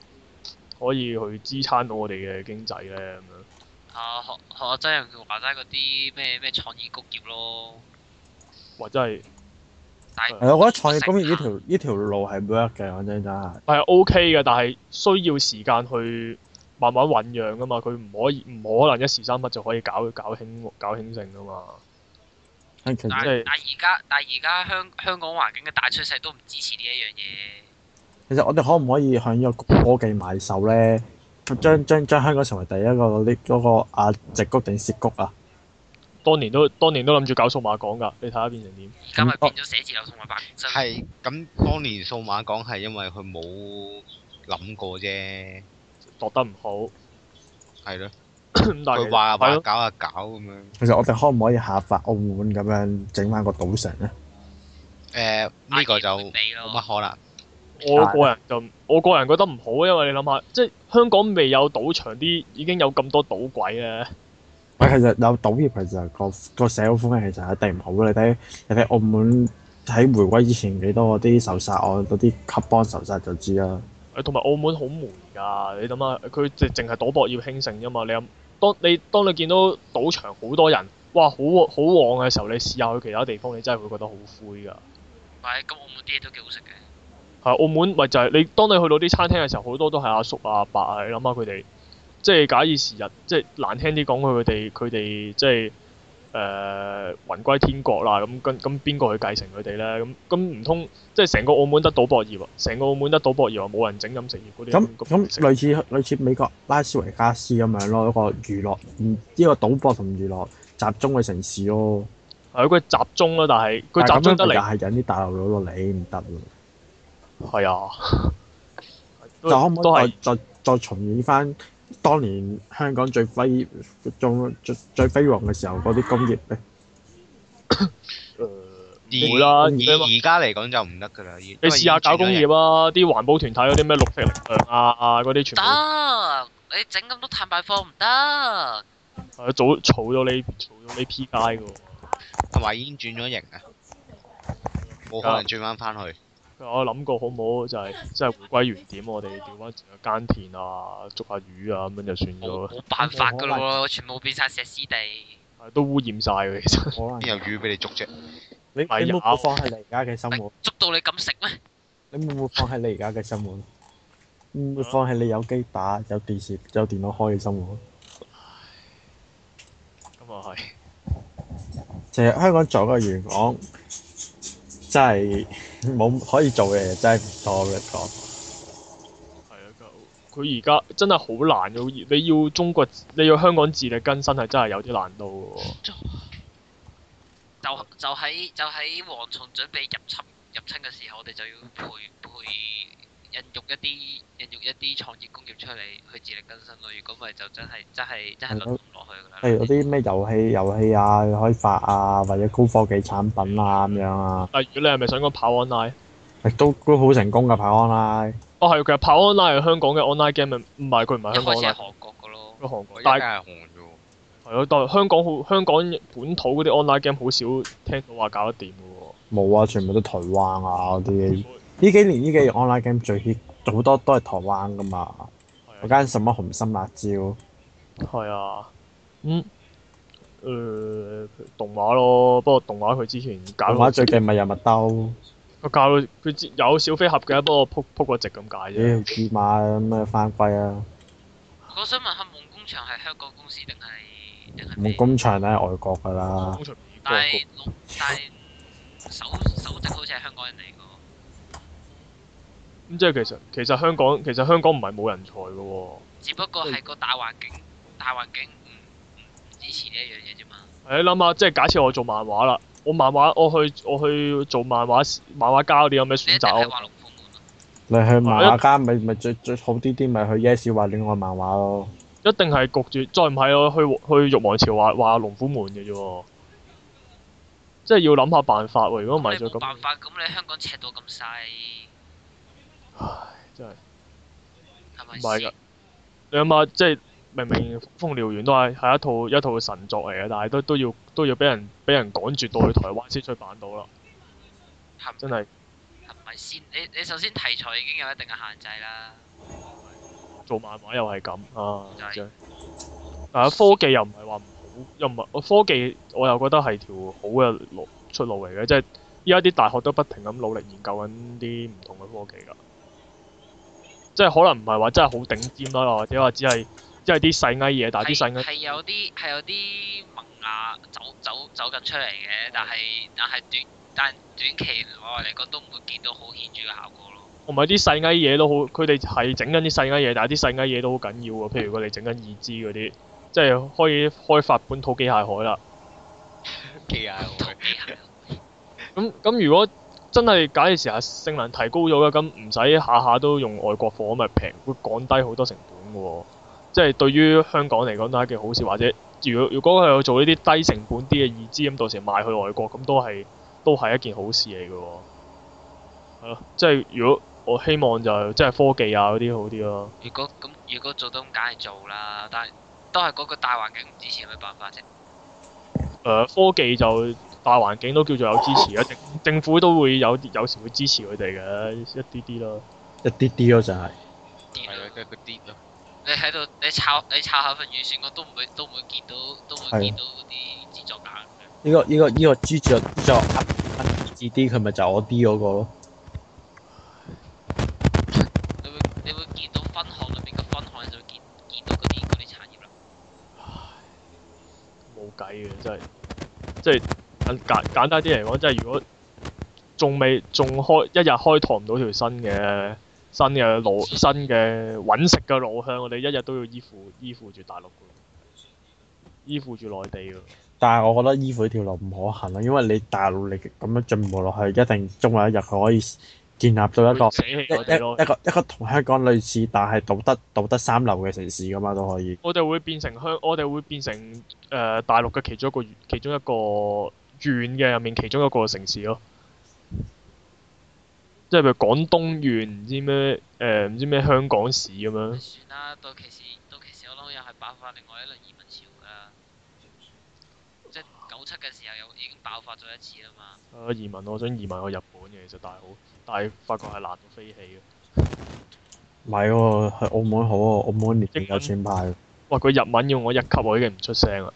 Speaker 2: 可以去支撐到我哋嘅經濟咧？咁樣
Speaker 4: 啊，學學阿曾蔭權話齋嗰啲咩咩創意工業咯，
Speaker 2: 或者係
Speaker 4: 但係
Speaker 3: 係啊咯，我覺得創業工業呢條呢條路係 work 嘅，講真真係。
Speaker 2: 係 OK 嘅，但係需要時間去慢慢醖釀噶嘛。佢唔可以唔可能一時三刻就可以搞搞興搞興盛噶嘛。
Speaker 3: 但其
Speaker 4: 但
Speaker 3: 實
Speaker 2: 即係
Speaker 4: 但而家但而家香香港環境嘅大趨勢都唔支持呢一樣嘢。
Speaker 3: 其實我哋可唔可以向呢個科技買手咧，將將將香港成為第一個呢嗰個啊直谷定涉谷啊？
Speaker 2: 當年都當年都諗住搞數碼港㗎，你睇下變成點？
Speaker 4: 而家咪變咗寫字樓同埋辦公室。
Speaker 5: 哦係咁，當年數碼港係因為佢冇諗過啫，
Speaker 2: 度得唔
Speaker 5: 係咯。
Speaker 2: 好， 咁但係
Speaker 5: 佢話
Speaker 2: 係
Speaker 5: 話
Speaker 2: 咯
Speaker 5: 搞啊搞咁樣。
Speaker 3: 其實我哋可唔可以效法澳門咁樣整翻個賭城咧？
Speaker 5: 誒呢個就
Speaker 4: 阿爺會
Speaker 5: 冇
Speaker 4: 俾咯，
Speaker 5: 乜可能。
Speaker 2: 我個人就我個人覺得唔好，啊因為你諗下，即係香港未有賭場啲已經有咁多賭鬼咧，
Speaker 3: 喂，其實有賭業其實個個社會風氣其實一定唔好嘅。你睇你睇澳門喺回歸以前幾多嗰啲仇殺案，嗰啲黑幫仇殺就知啦。
Speaker 2: 同埋澳門好悶㗎。你諗下，佢淨淨係賭博業興盛啫嘛。你諗當你當你見到賭場好多人，哇，好旺好旺嘅時候，你試下去其他地方，你真係會覺得好灰㗎。
Speaker 4: 唔係咁澳門啲嘢都幾好食嘅。
Speaker 2: 係澳門咪就係、你當你去到啲餐廳嘅時候，好多都係阿叔啊阿伯啊，你諗下佢哋，即係假以時日，即係難聽啲講佢哋佢哋即係誒、呃、魂歸天國啦，咁跟咁邊個去繼承佢哋咧？咁咁唔通即係成個澳門得賭博業啊，成個澳門得賭博業啊，冇人整飲食業嗰啲
Speaker 3: 咁咁
Speaker 2: 食
Speaker 3: 類似類似美國拉斯維加斯咁樣咯，一個娛樂呢、個賭博同娛樂集中嘅城市咯。
Speaker 2: 係佢集中啦，但係
Speaker 3: 但
Speaker 2: 佢
Speaker 3: 係
Speaker 2: 集
Speaker 3: 咁
Speaker 2: 中
Speaker 3: 樣
Speaker 2: 得嚟
Speaker 3: 又係引啲大陸佬落嚟唔得喎。
Speaker 2: 係 啊，
Speaker 3: 就可唔
Speaker 2: 都
Speaker 3: 可
Speaker 2: 係
Speaker 3: 以再再再重現翻當年香港最輝最最最輝煌嘅時候嗰啲工業咧？
Speaker 2: 誒
Speaker 5: 而
Speaker 2: 唔會啦，
Speaker 5: 而
Speaker 2: 你諗下
Speaker 5: 而家嚟講就唔得㗎啦。你
Speaker 2: 你試下搞工業啊，啲環保團體嗰啲咩綠色力量啊嗰啲全部。
Speaker 4: 得，你整咁多碳排放唔得。
Speaker 2: 係早儲咗呢儲咗呢 P 街嘅喎，
Speaker 5: 同埋已經轉咗型啊，冇可能轉翻翻去。
Speaker 2: 佢話我諗過好唔好就係即係回歸原點，我哋調翻轉去耕田啊、捉下魚啊咁樣就算
Speaker 4: 冇
Speaker 2: 咗，
Speaker 4: 冇辦法㗎咯喎，全部變晒石屎地。
Speaker 2: 係都污染晒嘅其實。
Speaker 3: 可能
Speaker 5: 邊有魚俾你捉啫？
Speaker 3: 你你
Speaker 2: 咪
Speaker 3: 會
Speaker 2: 有
Speaker 3: 唔會放棄你而家嘅生 活？
Speaker 4: 捉到你咁食咩？
Speaker 3: 你會唔會放棄你而家嘅生活？會唔會放棄你有機打、有電視、有電腦開嘅生活？
Speaker 2: 咁啊係，
Speaker 3: 其實香港作為一個元港，真係冇可以做嘅嘢真係唔多嘅講。
Speaker 2: 係啊，佢佢而家真係好難嘅，你要中國你要香港自力更生係真係有啲難度嘅喎。
Speaker 4: 就就喺就喺蝗蟲準備入侵入侵嘅時候，我哋就要培培孕育一啲孕育一啲創業工業出嚟，去自力更生咯。如果唔係就真係真係真係淪陷落去㗎啦。
Speaker 3: 例如嗰啲咩遊戲、遊戲啊、開發啊，或者高科技產品啊咁樣啊，
Speaker 2: 例如你係咪想講跑 online？
Speaker 3: 亦都都好成功㗎，排 online。
Speaker 2: 哦係，其實跑 online 係香港嘅 online game，唔係佢唔係
Speaker 4: 一
Speaker 2: 香港
Speaker 4: 開始係
Speaker 2: online，
Speaker 4: 韓國㗎咯。
Speaker 2: 佢韓
Speaker 5: 我
Speaker 2: 國。
Speaker 5: 一
Speaker 2: 但係
Speaker 5: 間係紅啫喎。
Speaker 2: 係咯，但係香港好香港本土嗰啲 online game 好少聽到話搞得掂嘅喎。
Speaker 3: 冇啊，全部都台灣啊嗰啲。呢幾年呢幾年 online game 最 hit 好多都係台灣噶嘛，嗰
Speaker 2: 係啊
Speaker 3: 間什麼紅心辣椒，
Speaker 2: 係啊，嗯，誒、動畫咯，不過動畫佢之前搞
Speaker 3: 同
Speaker 2: 到
Speaker 3: 埋最近咪有麥兜，
Speaker 2: 佢搞到佢之有小飛俠嘅，不過撲撲個直咁解
Speaker 3: 屌
Speaker 2: 啫。
Speaker 3: 豬馬咁樣翻歸啊！
Speaker 4: 我想問下夢工場係香港公司定係定係
Speaker 3: 冇
Speaker 4: 咩？
Speaker 3: 工場咧外國噶啦，
Speaker 2: 通常
Speaker 4: 但
Speaker 2: 美
Speaker 4: 係六但係首首席好似係香港人嚟㗎喎，
Speaker 2: 國咁即係其實其實香港其實香港唔係冇人才嘅喎。
Speaker 4: 只不過係個大環境大環境唔唔唔支持呢一樣嘢啫嘛。
Speaker 2: 係你諗下，即係假設我做漫畫啦，我漫畫我去我去做漫畫漫畫家嗰啲有咩
Speaker 4: 你一
Speaker 2: 選
Speaker 4: 定係
Speaker 2: 擇
Speaker 4: 畫
Speaker 2: 啊？
Speaker 4: 龍虎門咯，
Speaker 3: 你去漫畫家咪咪最最好啲啲咪去 Yes 畫戀愛漫畫咯，
Speaker 2: 一定係焗住，再唔係我去去玉皇朝畫畫龍虎門嘅啫喎。即係要諗下辦法喎，如果唔係
Speaker 4: 咁
Speaker 2: 就
Speaker 4: 你冇辦
Speaker 2: 咁，
Speaker 4: 法，咁你香港尺度咁細，
Speaker 2: 真係。唔係
Speaker 4: 係咪
Speaker 2: 㗎
Speaker 4: 先？
Speaker 2: 你諗下，即係明明《風燎原》都係係一套一套神作嚟嘅，但係都都要都要俾人俾人趕絕到去台灣先出版到啦，
Speaker 4: 係咪
Speaker 2: 真係
Speaker 4: 題先，你你首先題材已經有一定嘅限制啦。
Speaker 2: 做漫畫又係咁啊，
Speaker 4: 就係
Speaker 2: 真係。但係科技又唔係話唔好，又唔係科技，我又覺得係條好嘅路出路嚟嘅，即係依家啲大學都不停咁努力研究緊啲唔同嘅科技㗎。即係可能唔係話真係好頂尖啦，或者話只係即係啲細埃嘢，但係啊啲細
Speaker 4: 係
Speaker 2: 埃
Speaker 4: 係有啲係有啲萌芽走走走緊出嚟嘅，但係但係短但短期我嚟講都唔會見到好顯著嘅效果咯。
Speaker 2: 同埋啲細埃嘢都好，佢哋係整緊啲細埃嘢，但係啲細埃嘢都好緊要喎。譬如佢哋整緊義肢嗰啲，即係可以開發本土機械海啦。
Speaker 5: 機啊，我會
Speaker 4: 機械
Speaker 2: 咁咁如果真係假嘅時候性能提高咗嘅，咁唔使下下都用外國貨，咪平會降低好多成本嘅喎。即係對於香港嚟講都係一件好事，或者如果如果佢有做呢啲低成本啲嘅義肢，咁到時賣去外國，咁都係都係一件好事嚟嘅喎。係咯，即係如果我希望就係即係科技啊嗰啲好啲咯。
Speaker 4: 如果咁如果做到咁，梗係做啦，但係都係嗰個大環境唔支持，有咩辦法啫？
Speaker 2: 誒、呃科技就大環境都叫做有支持啊，政政府都會有有時會支持佢哋嘅一啲啲咯。
Speaker 3: 一啲啲咯就係、
Speaker 5: 係
Speaker 2: 啊
Speaker 5: 咯，跟住跌咯。
Speaker 4: 你喺度你炒你炒下份預算，我都唔會都唔會見到都唔
Speaker 3: 係啊
Speaker 4: 會見到嗰啲資助額嘅。
Speaker 3: 呢、個呢、個呢、個豬著就 up up 字 D 佢咪就係我 D 嗰個咯，
Speaker 4: 你會你會見到分項裏邊嘅分項，你就會見見到嗰啲嗰啲產業啦。
Speaker 2: 冇計嘅，真係，即係簡簡簡單啲嚟講，即係如果仲未仲開一日開拓唔到條新嘅新嘅路、新嘅揾食嘅路向，我哋一日都要依附依附住大陸嘅，依附住內地嘅。
Speaker 3: 但係我覺得依附呢條路唔可行咯，因為你大陸你咁樣進步落去，一定終有一日佢可以建立到一
Speaker 2: 會
Speaker 3: 個
Speaker 2: 捨棄
Speaker 3: 一
Speaker 2: 我哋咯
Speaker 3: 一一個一個同香港類似但係道德道德三流嘅城市噶嘛都可以。
Speaker 2: 我哋會變成香，我哋會變成誒、呃大陸嘅其中一個縣其中一個縣嘅入面其中一個城市咯。即係譬如廣東縣唔知咩誒，呃唔、知咩香港市咁樣。
Speaker 4: 算啦，到其時到其時我諗又係爆發另外一輪移民潮㗎啦。即係九七嘅時候又已經爆發咗一次啦嘛。
Speaker 2: 啊移民，我想移民去日本嘅，其實但係好，但係發覺係難到飛起嘅。
Speaker 3: 唔係喎，去澳門好喎，澳門年年有轉派。
Speaker 2: 喂，佢日文要我一級，我已經唔出聲啦。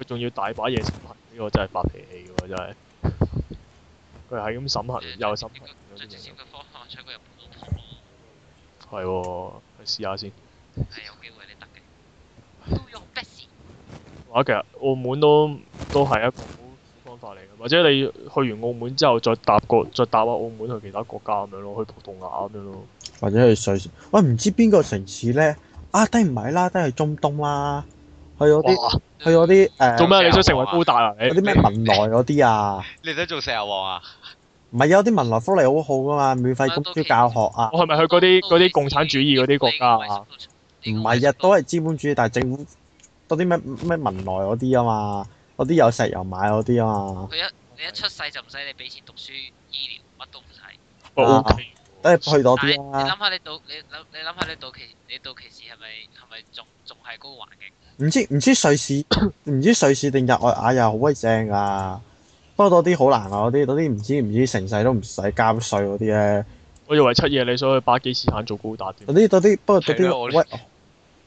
Speaker 2: 佢仲要大把嘢審核，呢個真係發脾氣嘅喎，真係。佢係咁審核，
Speaker 4: 嗯
Speaker 2: 又審核嗰
Speaker 4: 最
Speaker 2: 啲
Speaker 4: 直接
Speaker 2: 嘢，
Speaker 4: 嘅方法，娶個日本老婆咯，
Speaker 2: 係喎，去試下先。
Speaker 4: 係有機會你得嘅。都用 b e s
Speaker 2: 話其實澳門都都係一個好方法嚟嘅，或者你去完澳門之後再搭個再搭下澳門去其他國家咁樣咯，去葡萄牙咁樣咯。
Speaker 3: 或者去瑞士。喂，唔知邊個城市咧？啊，低唔係啦，低去中東啦，去嗰啲
Speaker 2: 哇！
Speaker 3: 去嗰啲誒
Speaker 2: 做咩？你想成為高達啊？
Speaker 3: 嗰
Speaker 2: 你
Speaker 3: 啲咩文萊嗰啲啊？
Speaker 5: 你想做石油王啊？
Speaker 3: 唔係有啲文萊福利好好噶嘛，免費公書教學啊，
Speaker 2: 我係咪去嗰啲嗰啲共產主義嗰啲國家啊？
Speaker 3: 唔係啊，都係資本主義，但係政府嗰啲咩咩文萊嗰啲啊嘛，嗰啲有石油買嗰啲啊嘛，
Speaker 4: 佢一你一出世就唔使你俾錢讀書、醫療，乜都唔使。
Speaker 2: 喂
Speaker 3: 啊
Speaker 2: O K
Speaker 3: 都係去
Speaker 4: 但
Speaker 3: 嗰
Speaker 4: 係
Speaker 3: 啲啊
Speaker 4: 你
Speaker 3: 啦。
Speaker 4: 諗下你到你諗你諗下你到期你到期時係咪係咪仲仲係嗰個環境？
Speaker 3: 唔知唔知瑞士唔知瑞士定日外瓦又好鬼正㗎。不過嗰啲好難啊！嗰啲嗰啲唔知唔知成世都唔使交稅嗰啲咧，
Speaker 2: 我以為七夜你想去巴基斯坦做高達
Speaker 3: 嗰
Speaker 2: 添，
Speaker 3: 啲嗰啲，不過嗰
Speaker 5: 係
Speaker 3: 啲
Speaker 5: 啦
Speaker 3: 好
Speaker 5: 我
Speaker 3: 鬼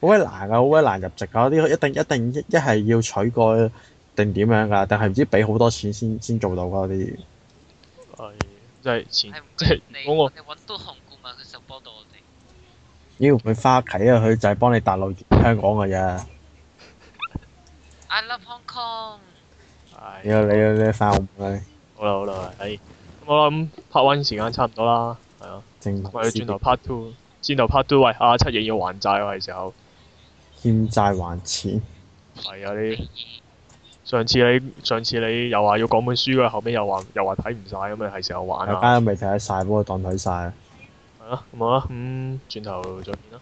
Speaker 3: 好鬼難噶，啊好鬼難入籍噶，嗰啲一定一定一一係要取過定點樣噶，但係唔知俾好多錢先先做到噶嗰啲。
Speaker 2: 係即哎係前
Speaker 4: 係唔
Speaker 2: 即係
Speaker 4: 你
Speaker 2: 如果我
Speaker 4: 你揾到紅顧問佢就幫到我哋。
Speaker 3: 妖佢翻屋企啊，佢就係幫你大陸香港嘅啫。
Speaker 4: I love Hong Kong。
Speaker 2: 唉
Speaker 3: 你你你翻澳門啊
Speaker 2: 好啦好啦，唉咁我諗 part one 時間差唔多啦，係啊，
Speaker 3: 正
Speaker 2: 我哋轉頭 part two，轉頭 part two 喂阿七夜要還債喎，係時候
Speaker 3: 欠債還錢，
Speaker 2: 係啊你。上次你上次你又話要講本書嘅，後尾又話又話睇唔晒咁咪係時候玩
Speaker 3: 大
Speaker 2: 啦。
Speaker 3: 家都未睇得晒，不過當睇晒。
Speaker 2: 嗯係咯，咁好啦，咁轉頭再見啦。